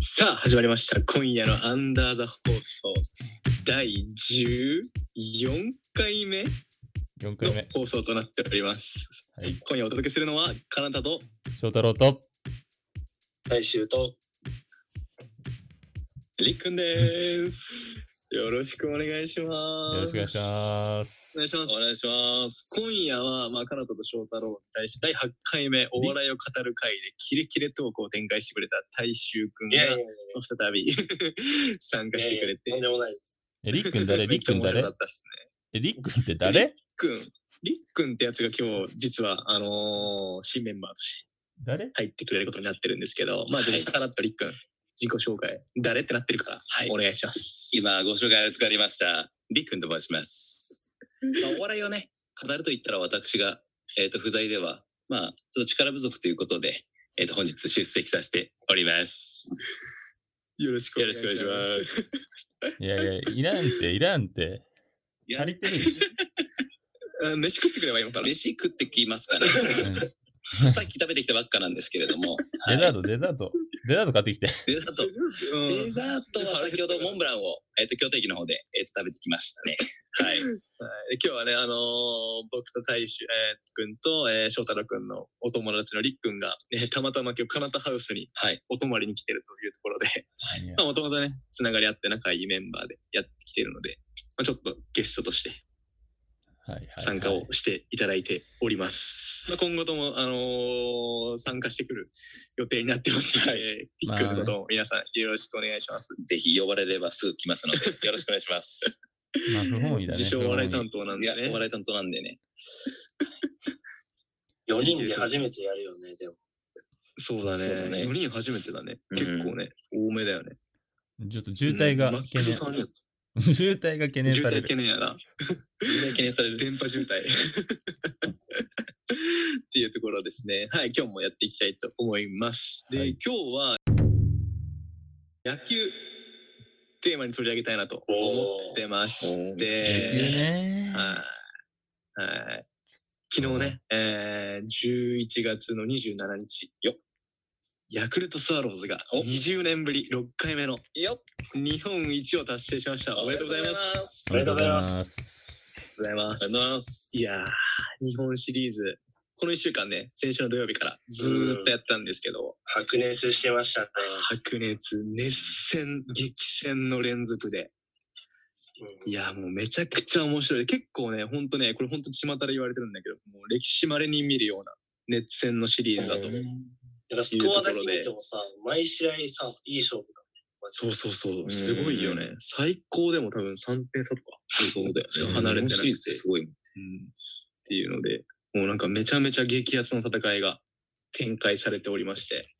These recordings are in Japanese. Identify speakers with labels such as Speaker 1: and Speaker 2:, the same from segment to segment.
Speaker 1: さあ始まりました今夜の「アンダーザ放送」第14回目
Speaker 2: 4回
Speaker 1: の
Speaker 2: 目、
Speaker 1: 放送となっております
Speaker 2: はい、
Speaker 1: 今夜お届けするのはカナダと
Speaker 2: 翔太郎と
Speaker 1: 大衆とりっくんですよろしくお願いします
Speaker 2: よろしくお願いします
Speaker 1: お願いします。お願いします。今夜は、まあ、カナタと翔太郎に対して、第8回目、お笑いを語る会で、キレキレトークを展開してくれた大衆くんが、再び 参加してくれて。
Speaker 3: とんでもないです。
Speaker 2: えりっくん 誰
Speaker 1: め
Speaker 2: り
Speaker 1: っ
Speaker 2: っ
Speaker 1: ち
Speaker 2: く
Speaker 1: ゃ
Speaker 2: ん
Speaker 1: 面白か
Speaker 2: 誰
Speaker 1: ったっすね。
Speaker 2: えりっくんって誰
Speaker 1: くん、りっくんってやつが今日、実は、あのー新メンバーとして
Speaker 2: 誰
Speaker 1: 入ってくれることになってるんですけど、まあ、
Speaker 3: はい
Speaker 1: 実さらっとりっくん、自己紹介、誰ってなってるから、はい、お願いします。
Speaker 3: 今、ご紹介を使いました。りっくんと申します。まあ、お笑いをね、語ると言ったら私が、えっ、と、不在では、まあ、ちょっと力不足ということで、えっ、と、本日出席させております。
Speaker 1: よろしくお願いします。
Speaker 3: よろしくお願い
Speaker 1: す。
Speaker 2: いやいや、いらんて、いらんて。
Speaker 3: いや
Speaker 2: 足りてるでし
Speaker 1: 飯食ってくれば今から。
Speaker 3: 飯食ってきますから、
Speaker 2: ょ。うん
Speaker 3: さっき食べてきたばっかなんですけれども、
Speaker 2: デ
Speaker 3: は
Speaker 2: ザー
Speaker 3: い
Speaker 2: ト、デザート。デザート買ってきて。
Speaker 3: デザート。
Speaker 1: うん
Speaker 3: デザートは先ほどモンブランを、えっ、と、京都駅の方で、えっ、と、食べてきましたね。はい。
Speaker 1: はい 今日はね、あのー僕と大衆、えー、くんと、えー、翔太郎くんのお友達のりっくんが、えーたまたま今日、かなたハウスに
Speaker 3: はい。
Speaker 1: お泊まりに来てるというところで、 まあ、もともとね、つながりあって仲いいメンバーでやってきてるので、まあ、ちょっとゲストとして
Speaker 2: はいはい
Speaker 1: 参加をしていただいております。まあ、今後とも、あのー参加してくる予定になってますので、りっくんのことも皆さんよろしくお願いします。
Speaker 3: ぜひ呼ばれればすぐ来ますので、よろしくお願いします。
Speaker 2: まあ、不本意だね。
Speaker 1: 自称お 笑い
Speaker 2: 不本
Speaker 1: 担当なん
Speaker 3: い
Speaker 1: で
Speaker 3: や、
Speaker 1: ね
Speaker 3: お。笑い担当なんでね。
Speaker 4: 4人で初めてやるよね、でも。
Speaker 1: そうだね。
Speaker 3: そうだね
Speaker 1: 4人初めてだね。
Speaker 3: うん
Speaker 1: 結構ね、多めだよね。
Speaker 2: 意ちょっと渋滞が
Speaker 1: うんマッ
Speaker 2: 懸
Speaker 1: クスさ
Speaker 2: 念。
Speaker 1: んやっ
Speaker 2: 渋滞が懸
Speaker 1: た
Speaker 2: 念
Speaker 1: 渋
Speaker 2: され
Speaker 1: 滞
Speaker 2: る
Speaker 1: 懸。念やな。
Speaker 3: みんな記念される。
Speaker 1: 電波渋滞。 っていうところですね。はい、今日もやっていきたいと思います。で、
Speaker 2: はい
Speaker 1: 今日は野球テーマに取り上げたいなと思ってまし
Speaker 2: 野球
Speaker 1: て、
Speaker 2: ね。
Speaker 1: はいはい昨日ね、えー、11月の27日
Speaker 3: よ
Speaker 1: ヤクルトスワローズが
Speaker 3: お
Speaker 1: 20年ぶり6回目の
Speaker 3: よっ
Speaker 1: 日本一を達成しました。おめでとうございます。
Speaker 3: す
Speaker 4: おめでとうございます。
Speaker 1: ありがとうございます。いやー、日本シリーズ、この1週間ね、先週の土曜日からずーっとやったんですけど、
Speaker 4: 白熱してましたね。
Speaker 1: 白熱、熱戦、激戦の連続で、
Speaker 4: うん
Speaker 1: いやーもうめちゃくちゃ面白い。結構ね、ほんとね、これほんと巷で言われてるんだけど、もう歴史まれに見るような熱戦のシリーズだと思う。
Speaker 4: なんかスコアだけ見てもさ、毎試合さ、いい勝負だね。
Speaker 1: そうそうそう、すごいよね。最高でも多分3点差とか、そうだよしか離れてなくて。
Speaker 3: すごい。
Speaker 1: うんっていうので、もうなんかめちゃめちゃ激アツの戦いが展開されておりまして、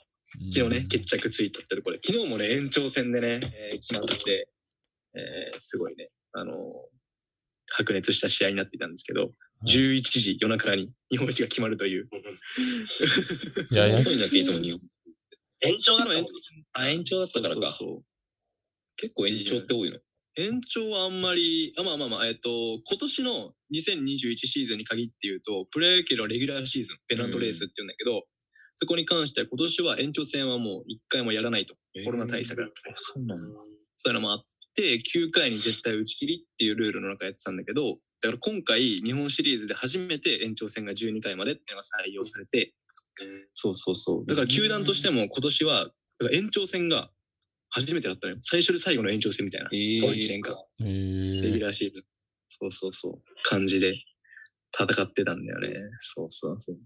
Speaker 1: 昨日ね、決着ついたってところで、昨日もね、延長戦でね、えー決まって、えーすごいね、あのー白熱した試合になっていたんですけど、
Speaker 2: い
Speaker 1: 11時夜中に日本一が決まるという。
Speaker 2: いやいや
Speaker 3: 遅いんだっけ、いつも日本。
Speaker 4: 延長だったもんね。
Speaker 3: あ、延長だったから
Speaker 1: そう
Speaker 3: か。
Speaker 1: そうそう
Speaker 3: 結構延長って多いの。
Speaker 1: 延長はあんまり、あまあまあまあ、えっと、今年の2021シーズンに限って言うと、プロ野球のレギュラーシーズン、ペナントレースって言うんだけど、そこに関しては今年は延長戦はもう一回もやらないと、コロナ対策だったり、
Speaker 3: そうな
Speaker 1: そういうのもあって、9回に絶対打ち切りっていうルールの中やってたんだけど、だから今回、日本シリーズで初めて延長戦が12回までっていうのが採用されて、そうそうそう。だから球団としても今年は、だから延長戦が初めてだったのよ。最初で最後の延長戦みたいな。
Speaker 3: えー
Speaker 1: そう1年間。
Speaker 2: へー
Speaker 1: レギュラーシーズン。そうそうそう。感じで戦ってたんだよね。そうそうそう。い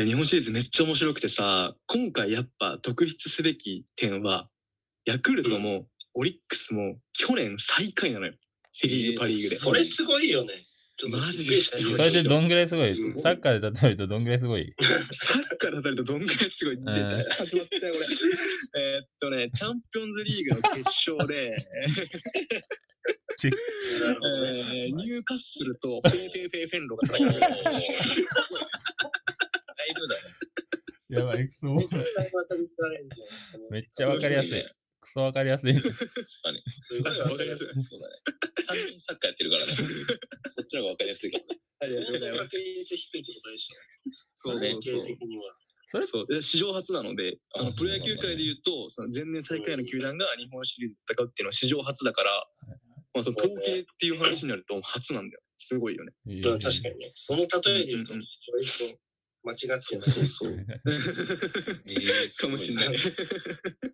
Speaker 1: や、日本シリーズめっちゃ面白くてさ、今回やっぱ特筆すべき点は、ヤクルトもオリックスも去年最下位なのよ。セリー
Speaker 3: え
Speaker 1: グ、
Speaker 3: ー
Speaker 1: パリーグで。
Speaker 4: それすごいよね。ちょっとびっくりした
Speaker 1: マ
Speaker 2: それ
Speaker 1: ジ
Speaker 2: でどんぐらいすごい
Speaker 1: すごい
Speaker 2: サッカーで例えるとどんぐらいすごい
Speaker 1: サッカーだたりとどんぐらいすごい出た。
Speaker 2: うん
Speaker 1: 始まったよ、これ。えーっとね、チャンピオンズリーグの決勝 で、
Speaker 4: なるほどね
Speaker 1: えーニューカッスルとフェイフェイフェイフェンロが 戦った。
Speaker 3: だいぶだね。
Speaker 2: やばい、クソ。めっちゃわかりやすい。クソわかりやすい。
Speaker 3: 確かに。
Speaker 4: すごいわかりやすい。
Speaker 3: そうだね。三人サッカーやってるからね。そっちの方がわかりやすいかもね。
Speaker 1: あり
Speaker 4: 本当に確率低いってことでしょ。
Speaker 1: そうそうそう
Speaker 4: 統計。的には。
Speaker 2: それ
Speaker 1: そうで史上初なのであの
Speaker 2: あ
Speaker 1: プ
Speaker 2: そう
Speaker 1: ロ
Speaker 2: な
Speaker 1: 野
Speaker 2: んだ
Speaker 1: 球界でいうとその前年最下位の球団が日本シリーズで戦うっていうのは史上初だから、まあ、その統計っていう話になると初なんだよすごいよね。
Speaker 2: いい
Speaker 4: 確かにね、その例えで言うと、
Speaker 1: うん
Speaker 4: こ
Speaker 1: うん
Speaker 4: れと間違ってます。
Speaker 1: そうそうかもしれない。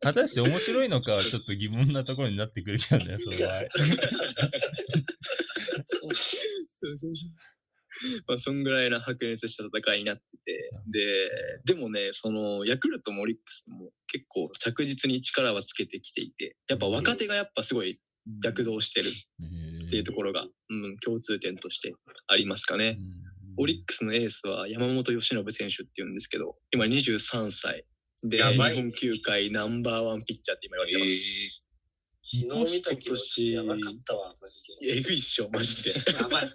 Speaker 2: 果たして面白いのかはちょっと疑問なところになってくるけどね、それは。
Speaker 1: そうそうそう まあ、そんぐらいな白熱した戦いになってて、で、でもね、その、ヤクルトもオリックスも結構着実に力はつけてきていて、やっぱ若手がやっぱすごい躍動してるっていうところが、うん、共通点としてありますかね。オリックスのエースは山本由伸選手っていうんですけど、今23歳で、
Speaker 4: や
Speaker 1: 日
Speaker 4: ばい
Speaker 1: 本球界ナンバーワンピッチャーって今言われてます。
Speaker 4: 昨日見たけど
Speaker 1: 今、年
Speaker 4: やばかったわ、マジで。
Speaker 1: えぐいっしょ、マジで。
Speaker 4: やばい。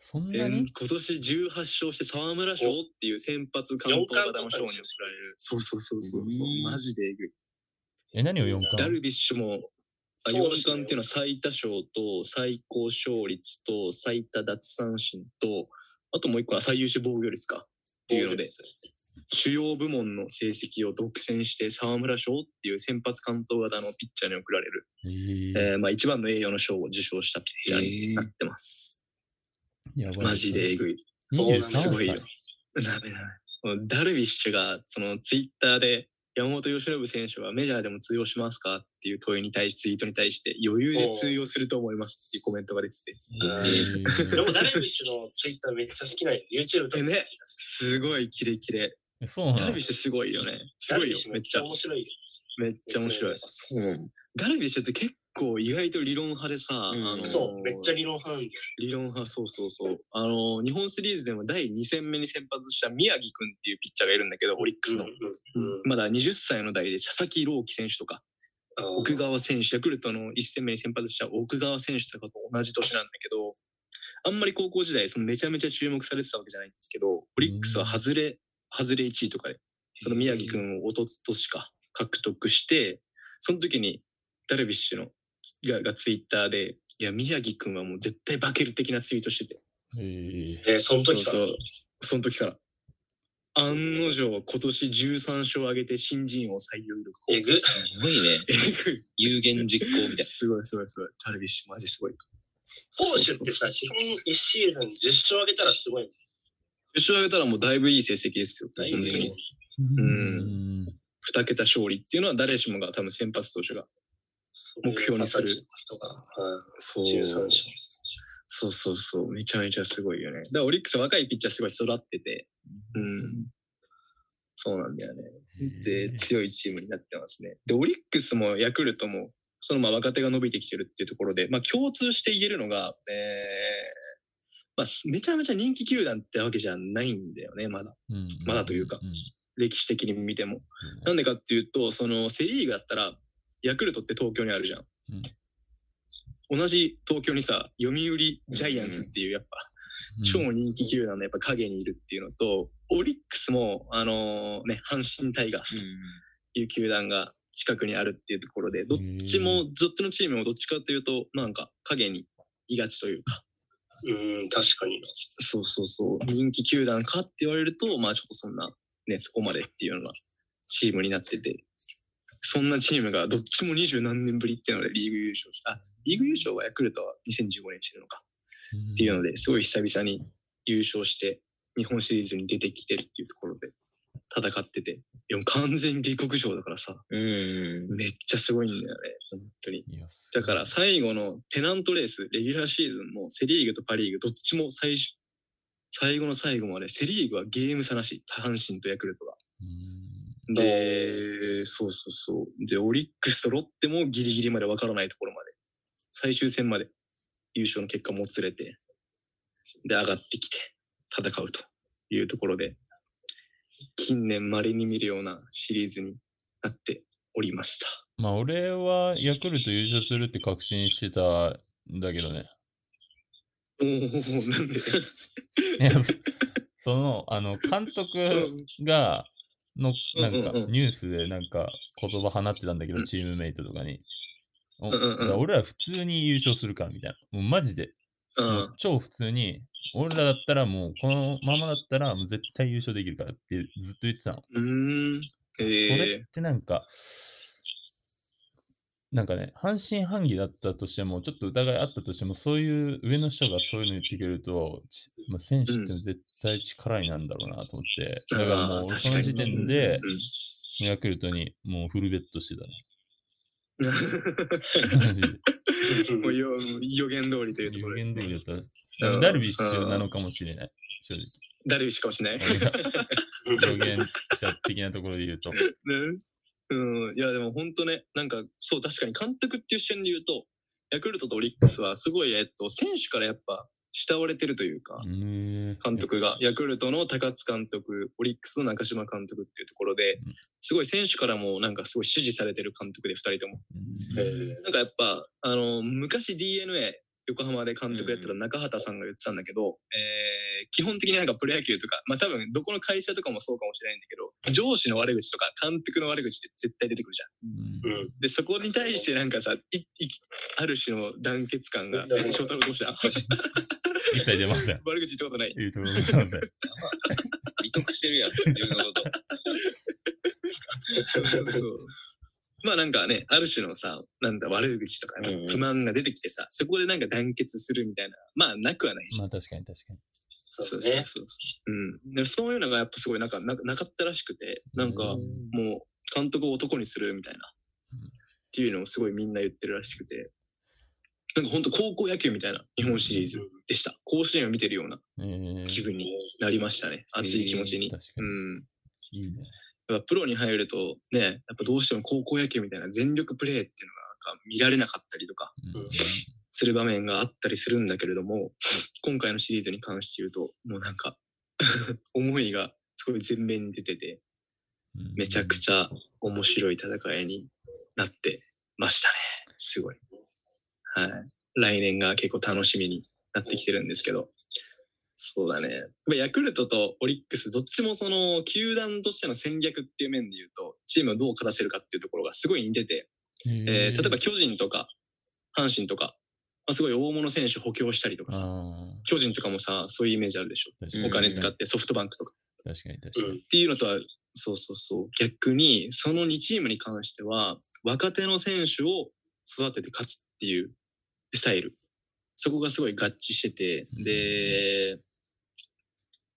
Speaker 2: そん
Speaker 1: え
Speaker 2: な
Speaker 1: ー
Speaker 2: に
Speaker 1: 今年18勝して沢村賞っていう先発完投型の賞に贈られる。そうそうそうそうそう
Speaker 2: うーん
Speaker 1: マジでえぐい。
Speaker 2: え、何を4
Speaker 1: ダ
Speaker 2: 冠
Speaker 1: ルビッシュも、あ
Speaker 4: そう
Speaker 1: 4
Speaker 4: ですね
Speaker 1: 冠っていうのは最多勝と最高勝率と最多奪三振と、あともう一個は最優秀防御率か。っていうので、主要部門の成績を独占して沢村賞っていう先発完投型のピッチャーに贈られる、
Speaker 2: え
Speaker 1: えーまあ一番の栄誉の賞を受賞したピッチャーになってます。
Speaker 2: ーやばい
Speaker 1: マジでえぐい。
Speaker 4: そうな
Speaker 2: 23
Speaker 4: んだ
Speaker 2: 歳
Speaker 1: すごいよ。ダメダメ。ダルビッシュが、そのツイッターで、山本由伸選手はメジャーでも通用しますかっていう問いに対し、ツイートに対して、余裕で通用すると思いますっていうコメントが出てて、
Speaker 2: えー
Speaker 4: でも、ダルビッシュのツイッターめっちゃ好きなんよ YouTube とか。
Speaker 1: えねすごいキレキレ。
Speaker 2: えそうなの
Speaker 1: ダルビッシュすごいよね。す
Speaker 4: ダ
Speaker 1: ご
Speaker 4: ル
Speaker 1: い
Speaker 4: ビッ
Speaker 1: よ
Speaker 4: シュ、
Speaker 1: め
Speaker 4: め
Speaker 1: っ
Speaker 4: っ
Speaker 1: ち
Speaker 4: ち
Speaker 1: ゃ
Speaker 4: ゃ。面白いよ。
Speaker 1: めっちゃ面白い。
Speaker 4: そう
Speaker 1: ダルビッシュって結構意外と理論派でさ、
Speaker 3: うん
Speaker 1: あの
Speaker 4: そう、めっちゃ理論派なんだよ。
Speaker 1: 理論派、そうそうそう。あの、日本シリーズでも第2戦目に先発した宮城くんっていうピッチャーがいるんだけど、オリックスの。
Speaker 4: うんうんうん
Speaker 1: まだ20歳の代で佐々木朗希選手とか、
Speaker 4: あの
Speaker 1: 奥川選手、ヤクルトの1戦目に先発した奥川選手とかと同じ年なんだけど、あんまり高校時代、そのめちゃめちゃ注目されてたわけじゃないんですけど、オリックスは外れ、外れ1位とかで、その宮城くんをおとつとしか獲得して、その時にダルビッシュのががツイッターで、いや、宮城くんはもう絶対化ける的なツイートしてて、
Speaker 2: えー
Speaker 4: えーその時から
Speaker 1: そうそうその時から。案の定、今年13勝を挙げて新人王採用力
Speaker 4: えぐ
Speaker 3: すごいね。
Speaker 1: えぐい
Speaker 3: 有言実行みたい
Speaker 1: すごいすごいすごい。ダルビッシュマジすごい。
Speaker 4: 投手ってさ、基本1シーズン10勝上げたらすごい。
Speaker 1: 優勝上げたらもうだいぶいい成績ですよ。
Speaker 4: だい
Speaker 1: 本
Speaker 4: ぶ
Speaker 1: 当に。
Speaker 2: うんん
Speaker 1: 2桁勝利っていうのは誰しもが多分先発投手が。目標にする
Speaker 4: とか、は
Speaker 1: そ
Speaker 4: い、13勝。
Speaker 1: そうそうそう。めちゃめちゃすごいよね。だからオリックス若いピッチャーすごい育ってて。うん。そうなんだよね。で、強いチームになってますね。で、オリックスもヤクルトも、そのまあ若手が伸びてきてるっていうところで、まあ共通して言えるのが、えー、まあめちゃめちゃ人気球団ってわけじゃないんだよね、まだ。
Speaker 2: うん
Speaker 1: まだというか歴史的に見ても。なんでかっていうと、そのセ・リーグだったら、ヤクルトって東京にあるじゃん。同じ東京にさ、読売ジャイアンツっていう、やっぱ、超人気球団のやっぱ影にいるっていうのと、オリックスも、あのね、阪神タイガースという球団が近くにあるっていうところで、どっちも、どっちのチームもどっちかというと、なんか影にいがちというか、
Speaker 4: うん、確かに。
Speaker 1: そうそうそう、人気球団かって言われると、まあちょっとそんな、ね、そこまでっていうようなチームになってて、そんなチームがどっちも二十何年ぶりっていうのでリーグ優勝し、あ、リーグ優勝はヤクルトは2015年してるのか
Speaker 2: っ
Speaker 1: っていうのですごい久々に優勝して、日本シリーズに出てきてっていうところで戦ってて、いやもう完全に下克上だからさ、
Speaker 3: な。うん。
Speaker 1: めっちゃすごいんだよね、本当に。
Speaker 2: の
Speaker 1: だから最後のペナントレース、レギュラーシーズンもセ・リーグとパ・リーグ、どっちも最終最後の最後まで、セ・リーグはゲーム差なし、阪神とヤクルトが。で、そうそうそう。で、オリックスとロッテもギリギリまで分からないところまで、最終戦まで優勝の結果もつれて、で、上がってきて戦うというところで、近年稀に見るようなシリーズになっておりました。
Speaker 2: まあ俺はヤクルト優勝するって確信してたんだけどね。
Speaker 1: おーなんで
Speaker 2: いやそ その、あの、監督が、の、なんか
Speaker 1: うんうんう、ん
Speaker 2: ニュースでなんか言葉放ってたんだけ
Speaker 1: う
Speaker 2: ど、
Speaker 1: ん
Speaker 2: チームメイトとかに。
Speaker 1: う
Speaker 2: お
Speaker 1: んうん
Speaker 2: だから俺ら普通に優勝するからみたいな。もうマジで
Speaker 1: うん。
Speaker 2: 超普通に、俺らだったらもう、このままだったら、もう絶対優勝できるからってずっと言ってたの。
Speaker 1: うーん。
Speaker 2: それ
Speaker 1: え
Speaker 2: ってなんか、なんかね、半信半疑だったとしても、ちょっと疑いあったとしても、そういう上の人がそういうの言ってくれると、ちまあ、選手って絶対力になるんだろうなと思って、
Speaker 1: うん
Speaker 2: だからも
Speaker 1: あー
Speaker 2: う
Speaker 1: 確
Speaker 2: そ
Speaker 1: か
Speaker 2: の
Speaker 1: に
Speaker 2: 時点で
Speaker 1: うん、
Speaker 2: ヤクルトにもうフルベットして
Speaker 1: ー。
Speaker 2: たね。マジで。
Speaker 1: もうよ予言通りというところで
Speaker 2: 有
Speaker 1: す、
Speaker 2: 限
Speaker 1: ね。
Speaker 2: 通りだった
Speaker 1: う
Speaker 2: ら、
Speaker 1: ん
Speaker 2: ダルビッシュなのかもしれない。正直。
Speaker 1: ダルビッシュかもしれない。
Speaker 2: 俺が表現者的なところで言うと。
Speaker 1: ねうん、いやでも本当ね、なんかそう確かに監督っていう視点で言うと、ヤクルトとオリックスはすごい、えっと、選手からやっぱ慕われてるというか、
Speaker 2: 監
Speaker 1: 監督が、ヤクルトの高津監督、オリックスの中島監督っていうところで
Speaker 2: うん、
Speaker 1: すごい選手からもなんかすごい支持されてる監督で2人とも。なんかやっぱ、あの、昔 DNA 横浜で監督やってた中畑さんが言ってたんだけど、えー基本的になんかプロ野球とか、まあ多分どこの会社とかもそうかもしれないんだけど、上司の悪口とか監督の悪口って絶対出てくるじゃん。
Speaker 4: うん。
Speaker 1: で、そこに対してなんかさ、いいある種の団結感が、え翔太郎どう した
Speaker 2: 一切出ません。
Speaker 1: 悪口言ったことない。
Speaker 2: 言うところですいません
Speaker 3: 美徳してるやん、自分のこと。
Speaker 1: そうそうそう。まあなんかね、ある種のさ、なんだ、悪口とか
Speaker 3: うんうん
Speaker 1: 不満が出てきてさ、そこでなんか団結するみたいな、まあなくはないし。
Speaker 2: まあ確かに確かに。
Speaker 4: そう
Speaker 1: そう
Speaker 4: ね。
Speaker 1: そうそううん。でもそういうのがやっぱすごいなんかななかったらしくて、なんかも
Speaker 2: う
Speaker 1: う監督を男にするみたいな、
Speaker 2: うん
Speaker 1: っていうのをすごいみんな言ってるらしくて、なんか本当高校野球みたいな日本シリーズでした。甲子園を見てるような
Speaker 2: えー
Speaker 1: 気分になりましたね。熱い気持ちに。
Speaker 2: 確か
Speaker 1: う
Speaker 2: に。
Speaker 1: ん。
Speaker 2: いいね。
Speaker 1: やっぱプロに入るとね、やっぱどうしても高校野球みたいな全力プレーっていうのがなんか見られなかったりとか、
Speaker 2: うん
Speaker 1: する場面があったりするんだけれども、今回のシリーズに関して言うと、もうなんか、 思いがすごい前面に出てて、めちゃくちゃ面白い戦いになってましたね。すごい。はい。来年が結構楽しみになってきてるんですけど、そうだね。まあヤクルトとオリックス、どっちもその、球団としての戦略っていう面で言うと、チームをどう勝たせるかっていうところがすごい似てて、
Speaker 2: ゃ。
Speaker 1: え
Speaker 2: え
Speaker 1: ー例えば巨人とか阪神とか、まあ、すごい大物選手補強したりとかさ
Speaker 2: あ
Speaker 1: 巨人とかもさそういうイメージあるでしょ
Speaker 2: ー
Speaker 1: お金
Speaker 3: うん
Speaker 1: 使ってソフトバンクとか
Speaker 2: 確かに確
Speaker 4: う
Speaker 2: かに。
Speaker 4: ん。
Speaker 1: っていうのとはそうそうそう逆にその2チームに関しては若手の選手を育てて勝つっていうスタイルそこがすごい合致してて
Speaker 2: うん
Speaker 1: で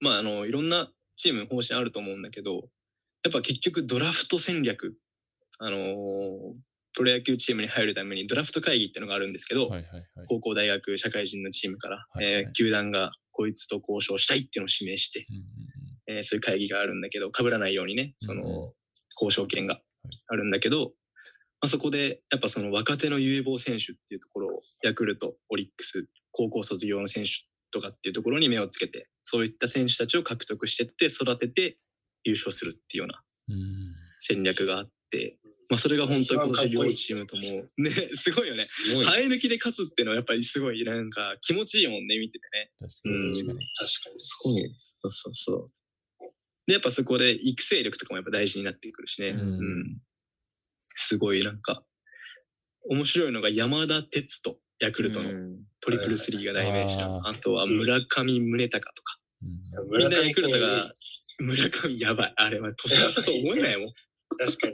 Speaker 1: まああのいろんなチーム方針あると思うんだけどやっぱ結局ドラフト戦略あのープロ野球チームに入るためにドラフト会議ってのがあるんですけど、
Speaker 2: はいはいはい。
Speaker 1: 高校大学社会人のチームから、
Speaker 2: はいはい
Speaker 1: えー球団がこいつと交渉したいっていうのを指名して
Speaker 2: うんうん
Speaker 1: えーそういう会議があるんだけど、被らないようにね、そ
Speaker 2: う
Speaker 1: の、
Speaker 2: ん
Speaker 1: 交渉権があるんだけど、まあ、そこで、やっぱその若手の有望選手っていうところを、ヤクルト、オリックス、高校卒業の選手とかっていうところに目をつけて、そういった選手たちを獲得してって、育てて優勝するっていうような
Speaker 2: うんうん
Speaker 1: 戦略があって、まあ、それが本当に今年
Speaker 4: 一番かっこいい
Speaker 1: 両チームとも、ね、すごいよね。
Speaker 3: すごい。
Speaker 1: 生え抜きで勝つっていうのはやっぱりすごいなんか気持ちいいもんね、見ててね。
Speaker 2: 確かに確かに。
Speaker 4: 確かにそ
Speaker 1: そうそうそう。で、やっぱそこで育成力とかもやっぱ大事になってくるしね。
Speaker 2: う
Speaker 1: うんん。すごいなんか、面白いのが山田哲人、ヤクルトの
Speaker 3: うん
Speaker 1: トリプルスリーが代名詞の、
Speaker 2: あ
Speaker 1: あとは村上宗隆とか。
Speaker 2: うん
Speaker 4: う。
Speaker 1: み
Speaker 4: 村
Speaker 1: んな
Speaker 4: 上
Speaker 1: ヤク
Speaker 4: 君
Speaker 1: ル
Speaker 4: が
Speaker 1: トが、村上やばい。あれは年下と思えないもん。
Speaker 4: 確かに。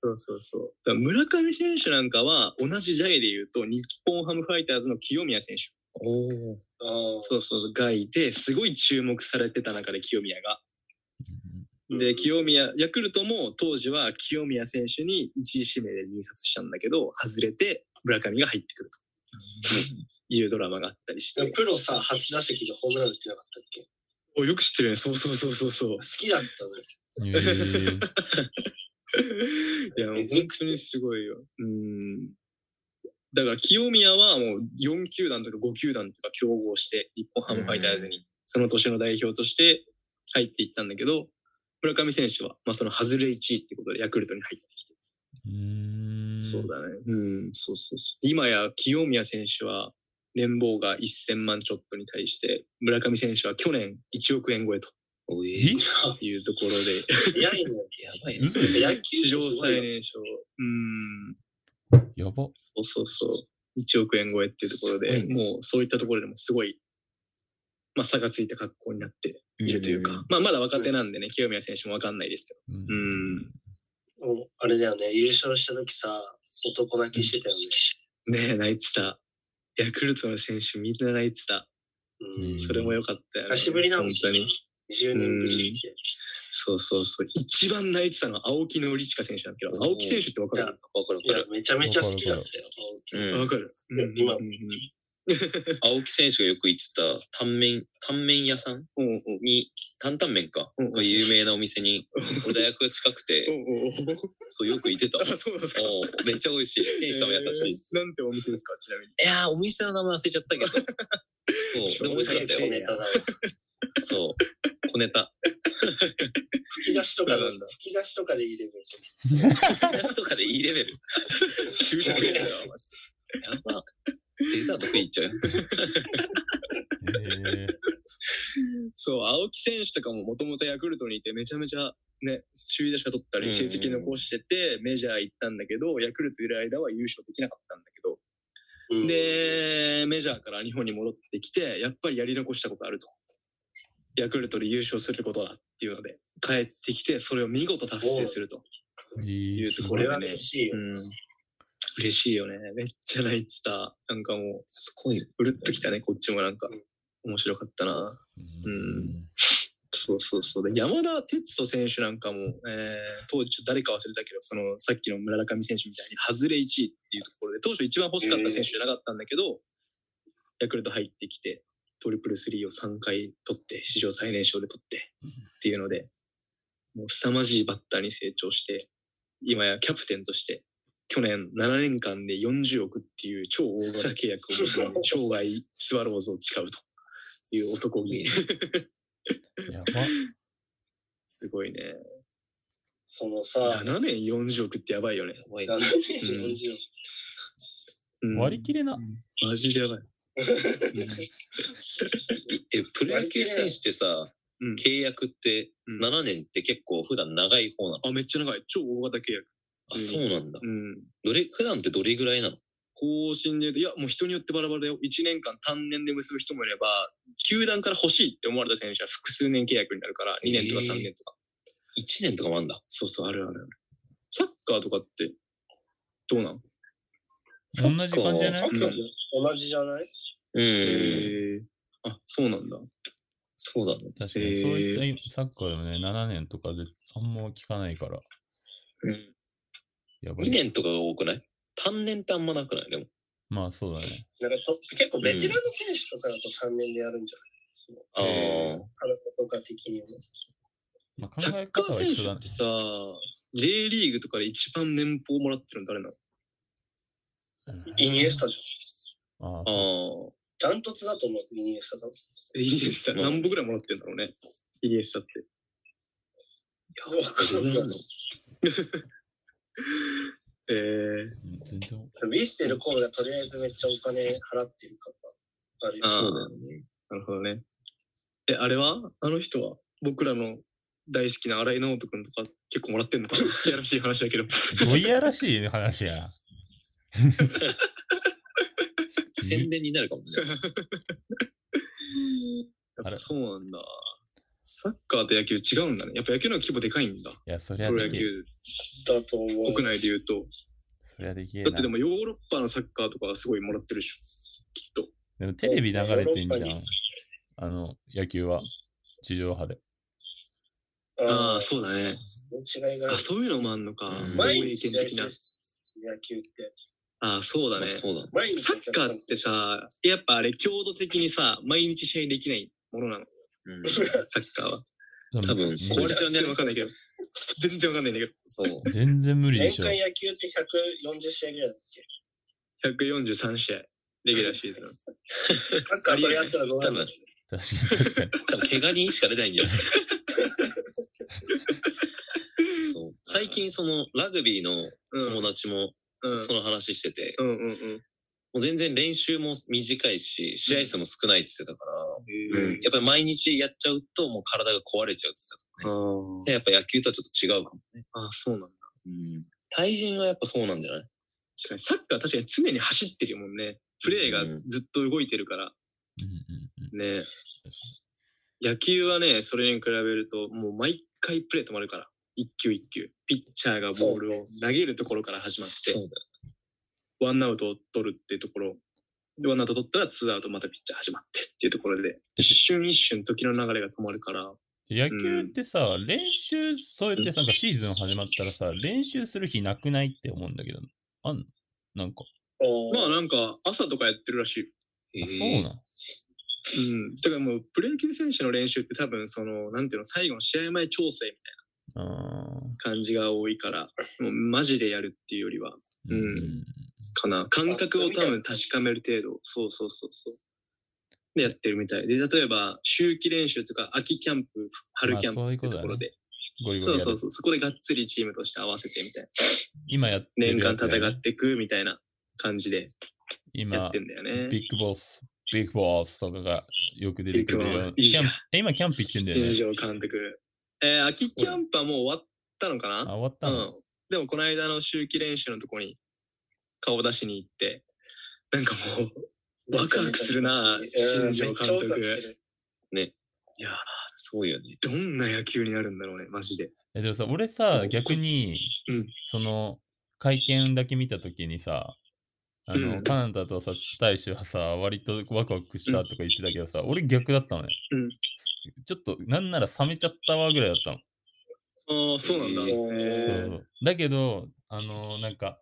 Speaker 1: そうそうそう。だから村上選手なんかは、同じジャイで言うと、日本ハムファイターズの清宮選手。
Speaker 3: おー
Speaker 4: ああ。
Speaker 1: そうそう、がいて、すごい注目されてた中で清宮が。で、清宮、ヤクルトも当時は清宮選手に1位指名で入札したんだけど、外れて村上が入ってくるというドラマがあったりして。
Speaker 4: プロさ、初打席でホームラン打ってなかったっけ
Speaker 1: およく知ってるね。そうそうそうそうそう
Speaker 4: 好。きだったのよ。
Speaker 2: えー
Speaker 1: いや、もう本当にすごいよ。うん。だから清宮はもう4球団とか5球団とか競合して、日本ハムファイターズに、その年の代表として入っていったんだけど、村上選手は、まあその外れ1位ってことでヤクルトに入ってきて。
Speaker 2: うん
Speaker 1: そうだね。うん、そうそうそう。今や清宮選手は年俸が1000万ちょっとに対して、村上選手は去年1億円超えと
Speaker 3: お
Speaker 2: え
Speaker 3: い。
Speaker 1: いうところで、
Speaker 4: 早いのよ。
Speaker 3: やばいな。
Speaker 2: 嘘でし
Speaker 4: 野球
Speaker 1: 史上最
Speaker 4: い。
Speaker 1: 年少。うん、
Speaker 2: ょやば。
Speaker 1: そうそうそう。 1億円超えっていうところ
Speaker 3: す
Speaker 1: で、
Speaker 3: ごいね
Speaker 1: もうそういったところでもすごい、まあ、差がついた格好になっているというか、
Speaker 3: うん
Speaker 1: まあ、まだ若手なんでね、清宮選手もわかんないですけど。
Speaker 2: うん
Speaker 1: うん
Speaker 4: もうあれだよね、優勝した時さ、男泣きしてたよね。
Speaker 1: ねえ、泣いてた。ヤクルトの選手みんな泣いてた。
Speaker 4: うん
Speaker 2: う。ん
Speaker 1: それも良かったよね。
Speaker 4: 久しぶりなの
Speaker 1: 本当に。
Speaker 4: 10年ぶりって。
Speaker 1: そうそうそう。一番泣いてたのは青木のりちか選手なんだけ
Speaker 3: うん
Speaker 1: ど、青木選手ってわかる
Speaker 3: わかる
Speaker 4: いや
Speaker 3: わか、
Speaker 4: めちゃめちゃ好きだったよ。
Speaker 3: る。うん
Speaker 1: わかる。
Speaker 4: ん今
Speaker 1: うんうん
Speaker 3: 青木選手がよく言ってた、タンメン、タンメン屋さん
Speaker 1: うんうん
Speaker 3: に、担々麺か、
Speaker 1: うん
Speaker 3: が有名なお店に、俺大学が近くて、
Speaker 1: おうおう
Speaker 3: そう、よく行って た。
Speaker 1: あ、そうなんですか。
Speaker 3: おうめっちゃ美味しい。店主さんも優しい。
Speaker 1: えーなんてお店ですか、ちなみに。
Speaker 3: いやー、お店の名前忘れちゃったけど。そう、でも美味しか ったよ。
Speaker 4: ネタだな。
Speaker 3: そう、小ネタ。
Speaker 4: 吹き出しとかの
Speaker 1: そうなんだ
Speaker 4: 吹き出しとかでいいレベル。
Speaker 3: 話とかでいいレベル。
Speaker 1: 執着
Speaker 4: や
Speaker 1: や
Speaker 4: な
Speaker 3: やば。デザート食いっちゃう よ。
Speaker 2: え
Speaker 1: そう、青木選手とかももともとヤクルトにいて、めちゃめちゃね、首位打者取った
Speaker 3: うん
Speaker 1: り、成績残してて、メジャー行ったんだけど、ヤクルトいる間は優勝できなかったんだけど、
Speaker 4: うん、
Speaker 1: で、メジャーから日本に戻ってきて、やっぱりやり残したことあると。ヤクルトで優勝することだっていうので、帰ってきて、それを見事達成すると。
Speaker 2: ー、いい
Speaker 1: 言うと
Speaker 2: す
Speaker 4: こ
Speaker 2: ごい
Speaker 4: れは嬉しいよ。
Speaker 1: ん。嬉しいよね。めっちゃ泣いてた。なんかもう、すごい、うるっときたね、こっちもなんか。面白かったな。うんそうそうそう。で山田哲人選手なんかも、えー、当時ちょっと誰か忘れたけど、そのさっきの村上選手みたいに外れ1位っていうところで、当初一番欲しかった選手じゃなかったんだけど、ヤクルト入ってきて、トリプルスリーを3回取って、史上最年少で取ってっていうので、もう凄まじいバッターに成長して、今やキャプテンとして、去年7年間で40億っていう超大型契約を結んで生涯スワローズを誓うという男気。
Speaker 2: やば。
Speaker 1: すごいね。
Speaker 4: そのさ、
Speaker 1: 7年40億ってやばいよね。
Speaker 3: やばい
Speaker 4: なん
Speaker 3: な
Speaker 4: か
Speaker 1: うん
Speaker 2: 割り切れな。
Speaker 1: マジでやばい。
Speaker 3: え、プロ野球選手ってさ、
Speaker 1: うん
Speaker 3: 契約って
Speaker 1: うん
Speaker 3: 7年って結構普段長い方なの。
Speaker 1: あ、めっちゃ長い。超大型契約。
Speaker 3: あ、そうなんだ。
Speaker 1: うん。
Speaker 3: どれ、普段ってどれぐらいなの
Speaker 1: 更新で言うと、いや、もう人によってバラバラだよ。1年間単年で結ぶ人もいれば、球団から欲しいって思われた選手は複数年契約になるから、2年とか3年とか。
Speaker 3: ?1 年とかもあんだ。
Speaker 1: そうそう、あるあるある。サッカーとかって、どうなん
Speaker 2: 同じ感じじゃな
Speaker 4: サ
Speaker 2: い
Speaker 4: ッカーで同じじゃない
Speaker 3: うん。
Speaker 1: へーあ、そうなんだ。
Speaker 3: そうだね。
Speaker 2: 確かに、
Speaker 1: えー
Speaker 2: そういったサッカーでもね、7年とかであんま聞かないから、やば
Speaker 3: 2
Speaker 2: い。
Speaker 3: 年とかが多くない単年ってあんまなくないでも。
Speaker 2: まあそうだね。
Speaker 4: なんかと結構ベテランの選手とかだと3年でやるんじゃない
Speaker 3: ああ、
Speaker 1: え
Speaker 4: 彼女とか的にも。
Speaker 2: まあ、
Speaker 1: サ
Speaker 2: 考
Speaker 1: ッ
Speaker 2: え
Speaker 1: カー
Speaker 2: 方は
Speaker 1: 選
Speaker 2: 一緒
Speaker 1: 手
Speaker 2: だ
Speaker 1: っ
Speaker 2: ね
Speaker 1: て。さ、J リーグとかで一番年俸もらってるの誰なの
Speaker 4: イニエスタじ
Speaker 2: ああ
Speaker 3: ああ、
Speaker 4: ゃん。ダントツだと思う、イニエスタだと。
Speaker 1: イニエスタ、
Speaker 3: うん
Speaker 1: 何本ぐらいもらってるんだろうね。イニエスタって。
Speaker 4: いやわかんない
Speaker 3: どうなの
Speaker 1: えー、
Speaker 2: うん全然。
Speaker 4: ビッセル神戸がとりあえずめっちゃお金払ってるから。あれ
Speaker 1: あー
Speaker 4: そう
Speaker 3: だよ
Speaker 1: なるほどね。え、あれはあの人は僕らの大好きな荒井直人君とか結構もらってん のかないやらしい話だけど。
Speaker 2: どいやらしいね話や。
Speaker 3: 宣伝になるかもね。
Speaker 1: やっぱそうなんだ。サッカーと野球違うんだね。やっぱ野球の方が規模でかいんだ。
Speaker 2: いや、そりゃ
Speaker 1: プロ
Speaker 2: で
Speaker 1: 野
Speaker 2: けえ。
Speaker 1: 球、
Speaker 4: だと思う。
Speaker 1: 国内で言うと。
Speaker 2: そりゃでけえ
Speaker 1: だってで
Speaker 2: な。
Speaker 1: もヨーロッパのサッカーとかはすごいもらってるでしょ。きっと。
Speaker 2: でもテレビ流れてんじゃ
Speaker 4: ヨーロッ
Speaker 2: ん。あの、野球は。地上波で。
Speaker 1: ああ、
Speaker 4: そ
Speaker 1: そうだね。
Speaker 4: の違いがある
Speaker 1: あ、そういうのもあんのか。
Speaker 3: うん
Speaker 1: 防衛
Speaker 4: 毎日
Speaker 1: 圏
Speaker 4: 試合す
Speaker 1: 的
Speaker 4: る
Speaker 1: な。
Speaker 4: 野球って。
Speaker 1: あ、そうだね
Speaker 3: まあ。そうだね。
Speaker 4: 毎日
Speaker 1: サッカーってさ、やっぱあれ、強度的にさ、毎日試合できないものなの、
Speaker 3: うん
Speaker 1: サッカーは。
Speaker 3: 多分
Speaker 2: うん
Speaker 3: 壊れちゃ
Speaker 1: 全
Speaker 3: うね
Speaker 1: 然わかんないけど。 全然わかんないんだけど。
Speaker 3: そう。
Speaker 2: 全然無理で
Speaker 4: 年
Speaker 2: しょ。
Speaker 4: 間野球って140試合ぐらいだっけ
Speaker 1: 143試合、レギュラーシーズン。
Speaker 4: サッカーそれやったらどうなる
Speaker 3: 多分
Speaker 2: 確かに確かに。
Speaker 3: 多分怪我人しか出ないん じゃないそう最近そのラグビーの
Speaker 1: うん。
Speaker 3: 友達も
Speaker 1: うん
Speaker 3: その話してて、
Speaker 1: うんうんうん。
Speaker 3: もう全然練習も短いし試合数も少ないって言ってたから、
Speaker 1: へー
Speaker 3: やっぱり毎日やっちゃうともう体が壊れちゃうって言ってたから、やっぱ野球とはちょっと違うかも、
Speaker 1: あーあ、そうなんだ。
Speaker 3: 対人はやっぱそうなんじゃない
Speaker 1: 確かにサッカー確かに常に走ってるもんね。プレーがずっと動いてるから。
Speaker 2: うんうんうん
Speaker 1: ね野球はね、それに比べると、もう毎回プレー止まるから。一球一球。ピッチャーがボールを投げるところから始まって、
Speaker 3: そうだ。
Speaker 1: ワンアウトを取るっていうところ。で、ワンアウト取ったらツーアウトまたピッチャー始まってっていうところで、一瞬一瞬時の流れが止まるから。
Speaker 2: 野球ってさ、練習、そうやってなんかシーズン始まったらさ、練習する日なくないって思うんだけど、あんなんか、
Speaker 4: おー
Speaker 1: まあなんか朝とかやってるらしいよ
Speaker 3: え
Speaker 2: あ
Speaker 3: ー
Speaker 2: そうなん
Speaker 1: うん、だからもうプロ野球選手の練習って多分そのなんていうの最後の試合前調整みたい
Speaker 2: あ
Speaker 1: な感じが多いからもうマジでやるっていうよりは
Speaker 2: ー
Speaker 1: うんかな感覚を多分確かめる程度そうそうそうそうでやってるみたいで例えば秋季練習とか秋キャンプ春キャンプっていうところで
Speaker 2: ゴリゴ
Speaker 1: そ
Speaker 2: リ
Speaker 1: う
Speaker 2: や
Speaker 1: そ
Speaker 2: る
Speaker 1: うそうそこでがっつりチームとして合わせてみたいな
Speaker 2: 今やってる
Speaker 1: 年間
Speaker 2: やつだよね
Speaker 1: 戦っていくみたいな感じでや
Speaker 2: 今
Speaker 1: って、んだよね
Speaker 2: ビッグボス、ビッグボスとかがよく出てくるよ
Speaker 1: ビッグボス。いい
Speaker 2: キ
Speaker 1: じ
Speaker 2: ャ
Speaker 1: ゃん
Speaker 2: ンえ今、キャンプ行ってんだよね。
Speaker 1: 新庄監督えー秋キャンプはもう終わったのかな
Speaker 2: あ、終わった
Speaker 1: う
Speaker 2: の、
Speaker 1: ん。でもこの間の秋季練習のとこに顔出しに行って、なんかもう、 ワクワクするなぁ
Speaker 4: うん
Speaker 1: 新庄監
Speaker 4: めっちゃワクワクす
Speaker 1: 督。
Speaker 4: る
Speaker 1: いやー
Speaker 3: すごいよね。
Speaker 1: どんな野球になるんだろうね、マジで。
Speaker 2: えでもさ、俺さ、逆に、
Speaker 1: うん
Speaker 2: その、会見だけ見たときにさ、あ
Speaker 1: う
Speaker 2: の、
Speaker 1: ん
Speaker 2: カナダとさ、大使はさ、割とワクワクしたとか言ってたけどさ、俺逆だったのね。
Speaker 1: うん
Speaker 2: ちょっと、なんなら冷めちゃったわぐらいだったの。
Speaker 1: ああ、そうなんだ。
Speaker 3: えー
Speaker 2: そう
Speaker 1: へ
Speaker 2: そうだけど、あのなんか、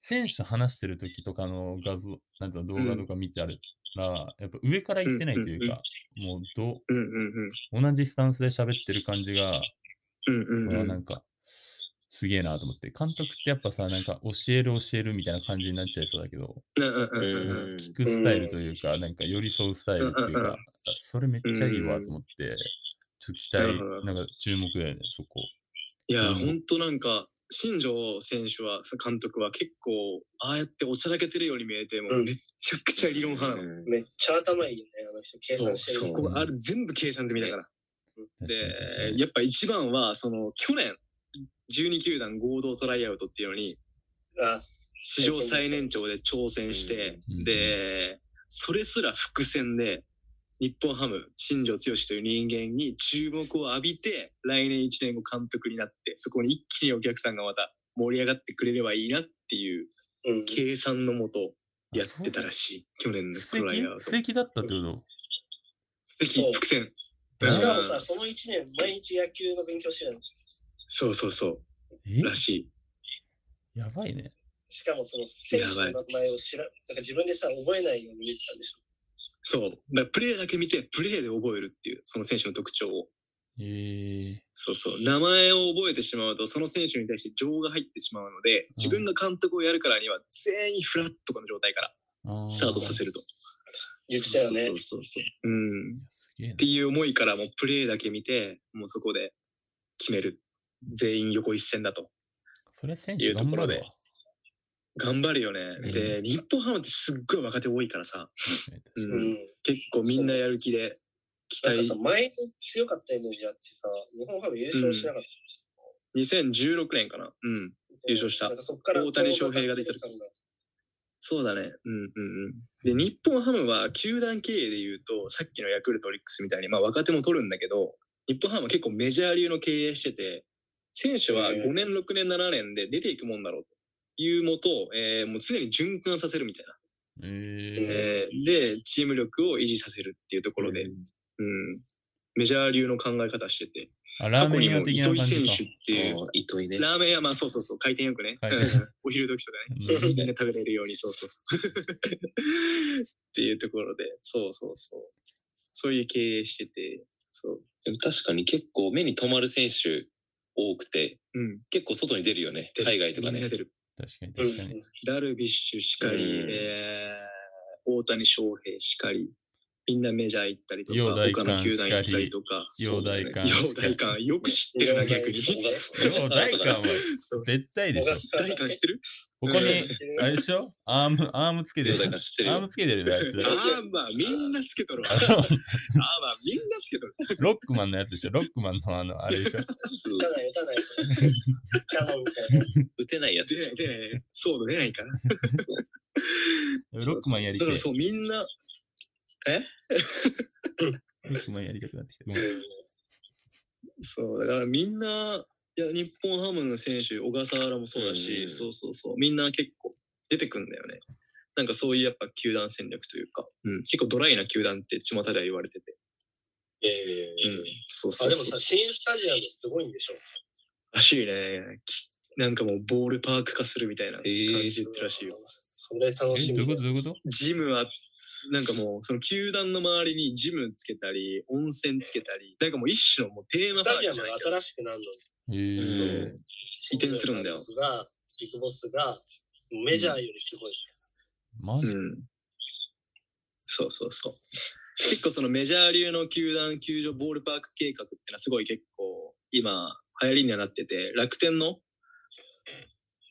Speaker 2: 選手と話してる時とかの画像、なんていうの動画とか見てあるから、やっぱ上から行ってないというか、も
Speaker 1: うんうん
Speaker 2: うど同じスタンスで喋ってる感じが、
Speaker 1: うん。うん
Speaker 2: こ
Speaker 1: う
Speaker 2: れは
Speaker 1: んう。
Speaker 2: なんんか、すげえなと思って、監督ってやっぱさ、な んか教える教えるみたいな感じになっちゃいそうだけど、
Speaker 1: うんうんうんうん
Speaker 3: うん
Speaker 2: 聞くスタイルというか、なんか寄り添うスタイルっていう
Speaker 1: うんうんう
Speaker 2: か
Speaker 1: ん、
Speaker 2: それめっちゃいいわと思って、ちょっと
Speaker 1: なるほど
Speaker 2: 期待、なんか注目だよね、そこ。
Speaker 1: いやー、
Speaker 2: うん
Speaker 1: ほんとなんか、新庄選手は、監督は結構、ああやっておちゃらけてるように見えて、も
Speaker 4: う
Speaker 1: うんめっちゃくちゃ理論派なの。
Speaker 3: うん
Speaker 4: めっちゃ頭いいね、あの人。計
Speaker 1: そ
Speaker 4: 算
Speaker 1: う、
Speaker 4: して
Speaker 1: そ
Speaker 4: る。
Speaker 1: こがある、全部計算済みだから。
Speaker 2: 確かに確か
Speaker 1: で、
Speaker 2: に
Speaker 1: やっぱ一番は、その、去年、12球団合同トライアウトっていうのに、
Speaker 4: あ
Speaker 1: 史上最年長で挑戦して、
Speaker 2: うん
Speaker 1: で、それすら伏線で、日本ハム、新庄剛志という人間に注目を浴びて、来年1年後監督になって、そこに一気にお客さんがまた盛り上がってくれればいいなっていう
Speaker 4: うん。
Speaker 1: 計算のもとやってたらしい。去年の
Speaker 2: 布
Speaker 1: トライ
Speaker 2: 石
Speaker 1: アウト。
Speaker 2: 布石だったってこと
Speaker 1: 布石
Speaker 4: そう
Speaker 1: 伏線。
Speaker 2: うん
Speaker 4: しかも
Speaker 1: う
Speaker 4: さ、
Speaker 1: ん
Speaker 4: その1年、毎日野球の勉強してるの。
Speaker 1: そうそうそ
Speaker 2: え
Speaker 1: う。らしい。
Speaker 2: やばいね。
Speaker 4: しかもその選手の名前を知ら、なんか自分でさ、覚えないように見てたんでしょ。
Speaker 1: そう。だからプレーだけ見て、プレーで覚えるっていう、その選手の特徴を。
Speaker 2: えー、
Speaker 1: そうそう。名前を覚えてしまうと、その選手に対して情が入ってしまうので、自分が監督をやるからには、全員フラットこの状態から
Speaker 2: あ
Speaker 1: スタートさせると。
Speaker 4: 言ってたよね
Speaker 1: そうそうそうそう。うん。
Speaker 2: いやすげえな
Speaker 1: っていう思いから、もうプレーだけ見て、もうそこで決める。全員横一線だと。
Speaker 2: それ選
Speaker 1: い
Speaker 2: 手
Speaker 1: うと
Speaker 2: 頑
Speaker 1: こ
Speaker 2: 張
Speaker 1: ろ
Speaker 2: る
Speaker 1: で
Speaker 2: わ。
Speaker 1: 頑張るよね。で、日本ハムってすっごい若手多いからさ、う、
Speaker 4: うんん。
Speaker 1: 結構みんなやる気で期
Speaker 4: なん
Speaker 1: 待
Speaker 4: かさ、前に強かったイメージあってさ、日本ハム優勝しなかったでしょ
Speaker 1: 2016年かな。うん。優勝した
Speaker 4: なんかそっから
Speaker 1: 大谷翔平が出てる
Speaker 4: たんだ。
Speaker 1: そうだね。うんうんうん。で、日本ハムは球団経営で言うと、さっきのヤクルト、オリックスみたいに、まあ若手も取るんだけど、日本ハムは結構メジャー流の経営してて、選手は
Speaker 4: へえ
Speaker 1: 5年、6年、7年で出ていくもんだろうというもと、えーもう常に循環させるみたいな。
Speaker 2: え
Speaker 1: えーで、チーム力を維持させるっていうところで、うん。メジャー流の考え方してて、
Speaker 2: ー、あラ
Speaker 1: 過
Speaker 2: ー
Speaker 1: 去
Speaker 2: メ
Speaker 1: に
Speaker 2: ン屋
Speaker 1: も
Speaker 2: 的な
Speaker 1: 糸
Speaker 2: 感
Speaker 1: 井選
Speaker 2: じ
Speaker 1: 手っ
Speaker 2: か。
Speaker 1: ていう、
Speaker 3: あー糸井ね。
Speaker 1: ラーメン屋、まあそうそうそう、回転よくね。
Speaker 2: 回転よく
Speaker 1: うん お昼時とかね。みんな食べれるように、そうそう そう。っていうところで、そうそうそう。そういう経営してて、そう。
Speaker 3: でも確かに結構目に留まる選手多くて、
Speaker 1: うん。
Speaker 3: 結構外に出るよね
Speaker 1: 出。る
Speaker 3: 海外とか
Speaker 1: みんな
Speaker 3: ね。
Speaker 1: 出る。
Speaker 2: 確かに
Speaker 4: うん
Speaker 2: 確かに。
Speaker 1: ダルビッシュしかり、
Speaker 3: うん
Speaker 1: えー大谷翔平しかり、みんなメジャー行ったりとか、
Speaker 2: 陽大
Speaker 1: 他
Speaker 2: 館
Speaker 1: の球団行ったりとか。
Speaker 2: 陽大館
Speaker 1: そうだよね陽大館、よく知ってるな、逆に。
Speaker 2: も大官は
Speaker 1: そう。
Speaker 2: 絶対でしょ。
Speaker 1: 大館知ってる
Speaker 2: ここに、あれでしょアーム、アームつけて
Speaker 3: 両
Speaker 2: る。
Speaker 3: 大が知ってる
Speaker 2: アー
Speaker 3: よ。
Speaker 2: ムつけてるよ、あいつ。
Speaker 1: あーまあ、みんなつけとるわ。あ
Speaker 2: あの
Speaker 1: ーまあ、みんなつけとる。
Speaker 2: ロックマンのやつでしょロックマンのあの、あれで しょ
Speaker 3: そう
Speaker 4: 打たない、打たない。キャノンみたいな。
Speaker 3: 打てないや
Speaker 1: 出
Speaker 3: つで
Speaker 1: な
Speaker 3: しょ
Speaker 1: い、。出ない。そうだ、出ないかな。
Speaker 2: ロックマンやり
Speaker 1: だ
Speaker 2: たい。
Speaker 1: から
Speaker 2: ロ
Speaker 1: そう、みんな、
Speaker 2: ックマンやりたくなってきた。ごめん
Speaker 1: そう、だからみんな、いや、日本ハムの選手、小笠原もそうだし、
Speaker 3: うん
Speaker 1: そうそうそう、みんな結構出てくんだよね。なんかそういうやっぱ球団戦略というか、うん、結構ドライな球団って巷では言われてて。
Speaker 4: え
Speaker 1: うん、そう
Speaker 4: あ
Speaker 1: そう
Speaker 4: でも
Speaker 1: そ
Speaker 4: さ、
Speaker 1: う。
Speaker 4: 新スタジアムすごいんでしょ
Speaker 1: らしいね。きなんかもうボールパーク化するみたいな感
Speaker 3: えー
Speaker 1: じってらしいよ。
Speaker 4: それ楽
Speaker 2: え
Speaker 4: し
Speaker 2: どうい
Speaker 4: み
Speaker 2: うこ
Speaker 4: だ
Speaker 2: とどういうこと
Speaker 1: ジムは、なんかもう、その球団の周りにジムつけたり、温泉つけたり、なんかもう一種のもうテーマ
Speaker 4: ス
Speaker 1: パ
Speaker 4: タ
Speaker 1: ー
Speaker 4: ジ
Speaker 1: ク
Speaker 4: ア
Speaker 1: じゃ
Speaker 4: ム
Speaker 1: ないけ
Speaker 4: が
Speaker 1: ど
Speaker 4: 新しくなるのに、
Speaker 2: へ
Speaker 1: そ
Speaker 2: え
Speaker 1: う。移転するんだよ
Speaker 4: 新庄監督が、ビッグボスが、メジャーよりすごいです。
Speaker 2: マジ
Speaker 1: うん。そうそうそう。結構そのメジャー流の球団、球場、ボールパーク計画ってのはすごい結構今流行りにはなってて、楽天の
Speaker 4: はいはい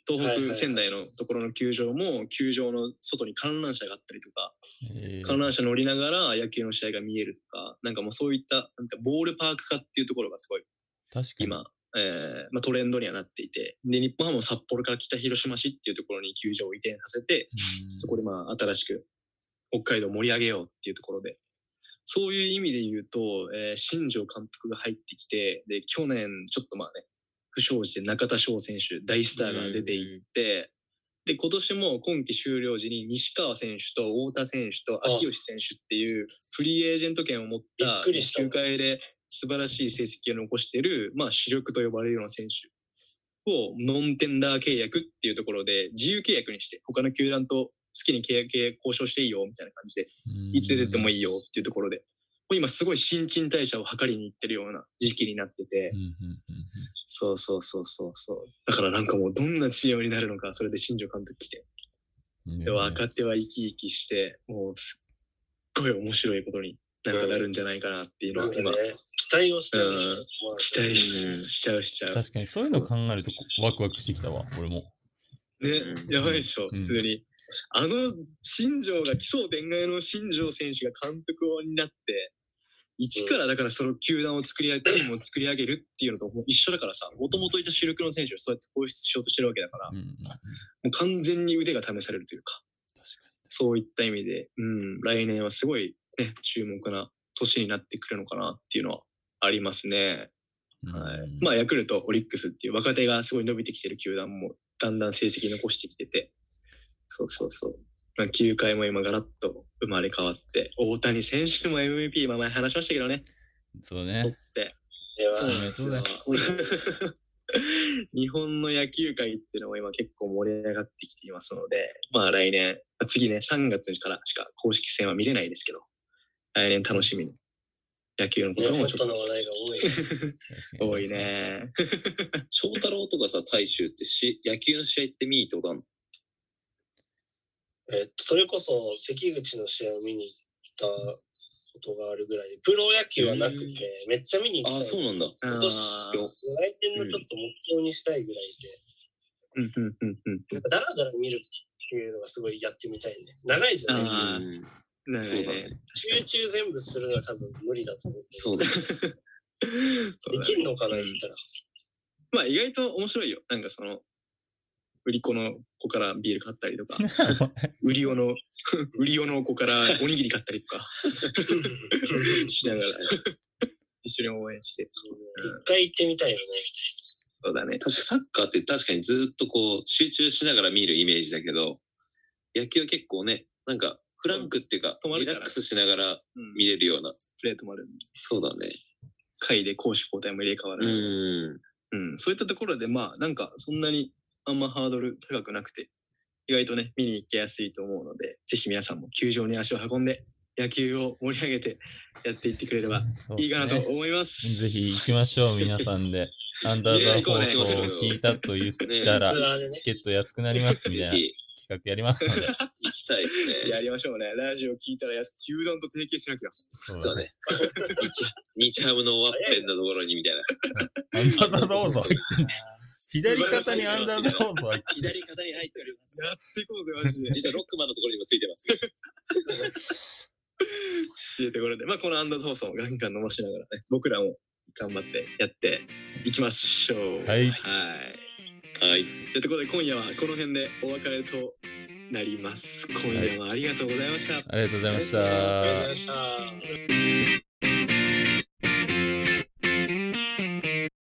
Speaker 1: 東
Speaker 4: は
Speaker 1: 北
Speaker 4: い
Speaker 1: 仙台のところの球場も球場の外に観覧車があったりとか、
Speaker 2: へえ
Speaker 1: 観覧車乗りながら野球の試合が見えるとか、なんかもうそういったなんかボールパーク化っていうところがすごい
Speaker 2: 確かに。
Speaker 1: 今、えーまあ、トレンドにはなっていて、で、日本ハムも札幌から北広島市っていうところに球場を移転させて、
Speaker 2: うん
Speaker 1: そこでまあ新しく北海道を盛り上げようっていうところで、そういう意味で言うと、えー新庄監督が入ってきて、で、去年ちょっとまあね、不祥事で中田翔選手、大スターが出ていって、で、今年も今季終了時に西川選手と太田選手と秋吉選手っていうフリーエージェント権を持った
Speaker 4: びっくりした
Speaker 1: 球界で素晴らしい成績を残している、まあ主力と呼ばれるような選手をノンテンダー契約っていうところで自由契約にして他の球団と好きに契約交渉していいよみたいな感じでいつ出ても
Speaker 2: い。
Speaker 1: いいよっていうところでもう今すごい新陳代謝を図りにいってるような時期になってて
Speaker 2: うんうんうんうん
Speaker 1: そうそうそうそうそうだからなんかもうどんなチームになるのかそれで新庄監督来て
Speaker 2: いい
Speaker 1: で
Speaker 2: よね
Speaker 1: 若手は生き生きしてもうすっごい面白いことになんかなるんじゃないかなっていうのを
Speaker 4: なんか
Speaker 1: 今
Speaker 4: ね、期待をしてるんでしょ
Speaker 1: うん
Speaker 4: まあ
Speaker 1: 期待
Speaker 3: うん
Speaker 1: ししちゃうしちゃう
Speaker 2: 確かにそういうの考えるとワクワクしてきたわ、俺も。
Speaker 1: ね
Speaker 3: う、ん
Speaker 1: やばいでしょ、普通に。あの、新庄が、奇想天外の新庄選手が監督になって、一からだからその球団を作り上げ、チームを作り上げるっていうのともう一緒だからさ、もともといた主力の選手をそうやって放出しようとしてるわけだから、
Speaker 2: うんうんうん確か
Speaker 1: もう完全に腕が試されるというか、そういった意味で、うん、来年はすごいね、注目な年になってくるのかなっていうのはありますね。
Speaker 2: に。
Speaker 1: はい
Speaker 2: うん、
Speaker 1: まあ、ヤクルト、オリックスっていう若手がすごい伸びてきてる球団もだんだん成績残してきてて、そうそうそう。まあ、球界も今ガラッと生まれ変わって、大谷選手も MVP、まあ前話しましたけどね、
Speaker 2: そう
Speaker 1: 取っ
Speaker 2: ね。
Speaker 1: て。
Speaker 4: いや
Speaker 1: そう
Speaker 2: なんですよ
Speaker 4: すごいね
Speaker 1: 日本の野球界っていうのも今結構盛り上がってきていますので、まあ来年、まあ次ね、3月からしか公式戦は見れないですけど、来年楽しみに野球のこ
Speaker 4: ね
Speaker 1: と
Speaker 4: ホ
Speaker 1: も
Speaker 4: ッ
Speaker 1: ち
Speaker 4: ト
Speaker 1: ょっ
Speaker 4: な話題が多いね。
Speaker 2: 確か
Speaker 1: と
Speaker 2: に
Speaker 1: 多い。 ね。
Speaker 3: 翔太郎とかさ、大衆ってし野球の試合って見に行ったことあるの
Speaker 4: えっと、それこそ関口の試合を見に行ったことがあるぐらいで、プロ野球はなくて、めっちゃ見に行きたい。
Speaker 3: ああ、そうなんだ。
Speaker 1: あー
Speaker 4: 今年、来年のちょっと目標にしたいぐらい
Speaker 1: うんうんうんうん
Speaker 4: で、なんかだらだら見るっていうのがすごいやってみたいね。長いじゃない
Speaker 1: あー
Speaker 3: うん
Speaker 1: なんか
Speaker 3: そ
Speaker 1: ね
Speaker 3: うだね。
Speaker 4: 集中全部するのは多分無理だと思う。
Speaker 3: そうだね。
Speaker 1: そうだ
Speaker 4: で
Speaker 1: ね
Speaker 4: きるのかなって言ったら。
Speaker 1: まあ意外と面白いよ。なんかその、売り子の子からビール買ったりとか、売り子の、 売り子の子からおにぎり買ったりとか しながら、一緒に応援して。
Speaker 4: 一回行ってみたいよね。
Speaker 1: そうだね。
Speaker 3: 確かサッカーって確かにずっとこう集中しながら見るイメージだけど、野球は結構ね、なんかフランクっていうか、
Speaker 1: そう止ま
Speaker 3: リ
Speaker 1: るか
Speaker 3: ラ
Speaker 1: ら
Speaker 3: ックスしながら
Speaker 1: うん、
Speaker 3: 見れるような。
Speaker 1: プレートもある。
Speaker 3: そうだね。
Speaker 1: 回で攻守交代も入れ替わる、
Speaker 3: うん。
Speaker 1: うんそういったところで、まあなんかそんなにあんまハードル高くなくて、意外とね、見に行きやすいと思うので、ぜひ皆さんも球場に足を運んで、野球を盛り上げてやっていってくれれば
Speaker 2: そう
Speaker 1: いいかなと
Speaker 2: ですね
Speaker 1: 思います。
Speaker 2: ぜひ行きましょう、皆さんで。アンダーバー放送を聞いたと言っ
Speaker 3: ね
Speaker 2: たら
Speaker 4: ツ、アーでね。
Speaker 2: チケット安くなりますみ
Speaker 3: ぜ
Speaker 2: たいな。
Speaker 3: ひ、
Speaker 2: 企画やりますので。
Speaker 3: 行きたいですね。
Speaker 1: やりましょうね。ラジオ聞いたらやす、球団と提携しなきゃ。
Speaker 3: そうね。日日ハムのワッペンのところにみたいな。
Speaker 2: アンダーザどうぞ。左肩にアンダーザ
Speaker 3: 素晴らしい
Speaker 2: どうぞ。
Speaker 3: 左肩に入っております。
Speaker 1: やっていこうぜ、マジで。
Speaker 3: 実はロックマンのところにもついてますけど。
Speaker 1: っていうところで、まあ、このアンダー放送をガンガン伸ばしながらね、僕らも頑張ってやっていきましょう。
Speaker 2: はい
Speaker 1: はい。
Speaker 3: はい。
Speaker 1: というところで今夜はこの辺でお別れとなります。今夜もありがとうございました。
Speaker 2: ありがとうございまし
Speaker 4: ありがとうござ
Speaker 2: た
Speaker 4: い。ました。